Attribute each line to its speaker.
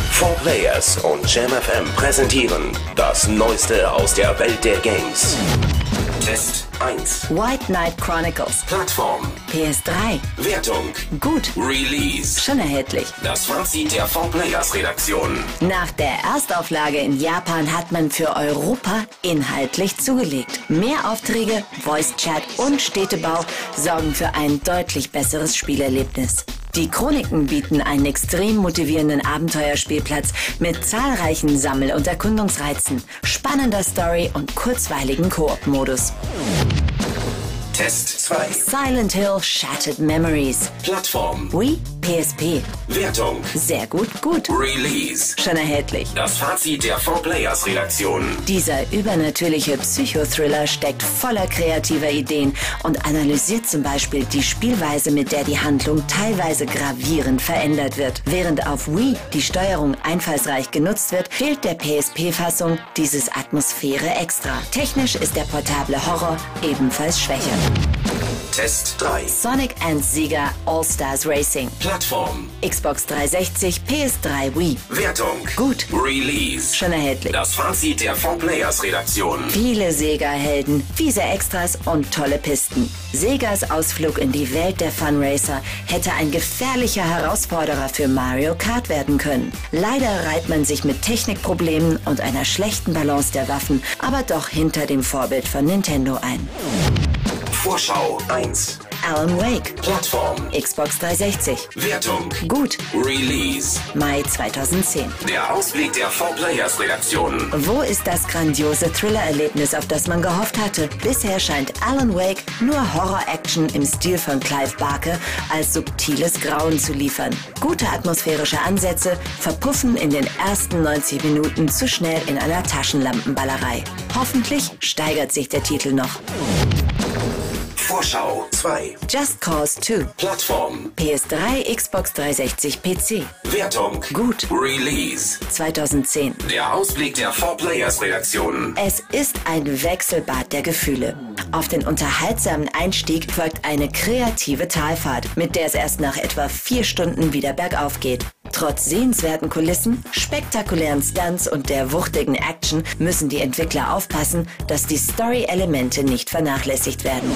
Speaker 1: 4 Players und JamFM präsentieren das Neueste aus der Welt der Games. Test 1.
Speaker 2: White Knight Chronicles.
Speaker 1: Plattform.
Speaker 2: PS3.
Speaker 1: Wertung.
Speaker 2: Gut.
Speaker 1: Release.
Speaker 2: Schon erhältlich.
Speaker 1: Das Fazit der 4 Players Redaktion.
Speaker 2: Nach der Erstauflage in Japan hat man für Europa inhaltlich zugelegt. Mehr Aufträge, Voice Chat und Städtebau sorgen für ein deutlich besseres Spielerlebnis. Die Chroniken bieten einen extrem motivierenden Abenteuerspielplatz mit zahlreichen Sammel- und Erkundungsreizen, spannender Story und kurzweiligen Koop-Modus.
Speaker 1: Test 2.
Speaker 2: Silent Hill Shattered Memories.
Speaker 1: Plattform.
Speaker 2: Wii, PSP.
Speaker 1: Wertung.
Speaker 2: Sehr gut, gut.
Speaker 1: Release.
Speaker 2: Schon erhältlich.
Speaker 1: Das Fazit der 4 Players Redaktion.
Speaker 2: Dieser übernatürliche Psychothriller steckt voller kreativer Ideen und analysiert zum Beispiel die Spielweise, mit der die Handlung teilweise gravierend verändert wird. Während auf Wii die Steuerung einfallsreich genutzt wird, fehlt der PSP-Fassung dieses Atmosphäre extra. Technisch ist der portable Horror ebenfalls schwächer.
Speaker 1: Test 3.
Speaker 2: Sonic and Sega All-Stars Racing.
Speaker 1: Plattform.
Speaker 2: Xbox 360, PS3, Wii.
Speaker 1: Wertung.
Speaker 2: Gut.
Speaker 1: Release.
Speaker 2: Schon erhältlich.
Speaker 1: Das Fazit der 4 Players Redaktion.
Speaker 2: Viele Sega-Helden, fiese Extras und tolle Pisten. Segas Ausflug in die Welt der Funracer hätte ein gefährlicher Herausforderer für Mario Kart werden können. Leider reiht man sich mit Technikproblemen und einer schlechten Balance der Waffen, aber doch hinter dem Vorbild von Nintendo ein.
Speaker 1: Vorschau 1.
Speaker 2: Alan Wake,
Speaker 1: Plattform.
Speaker 2: Xbox 360.
Speaker 1: Wertung.
Speaker 2: Gut,
Speaker 1: Release.
Speaker 2: Mai 2010.
Speaker 1: Der Ausblick der 4 Players Redaktion.
Speaker 2: Wo ist das grandiose Thriller-Erlebnis, auf das man gehofft hatte? Bisher scheint Alan Wake nur Horror-Action im Stil von Clive Barker als subtiles Grauen zu liefern. Gute atmosphärische Ansätze verpuffen in den ersten 90 Minuten zu schnell in einer Taschenlampenballerei. Hoffentlich steigert sich der Titel noch.
Speaker 1: Vorschau 2.
Speaker 2: Just Cause 2.
Speaker 1: Plattform.
Speaker 2: PS3, Xbox 360, PC.
Speaker 1: Wertung.
Speaker 2: Gut.
Speaker 1: Release.
Speaker 2: 2010.
Speaker 1: Der Ausblick der 4 Players Redaktion.
Speaker 2: Es ist ein Wechselbad der Gefühle. Auf den unterhaltsamen Einstieg folgt eine kreative Talfahrt, mit der es erst nach etwa vier Stunden wieder bergauf geht. Trotz sehenswerten Kulissen, spektakulären Stunts und der wuchtigen Action müssen die Entwickler aufpassen, dass die Story-Elemente nicht vernachlässigt werden.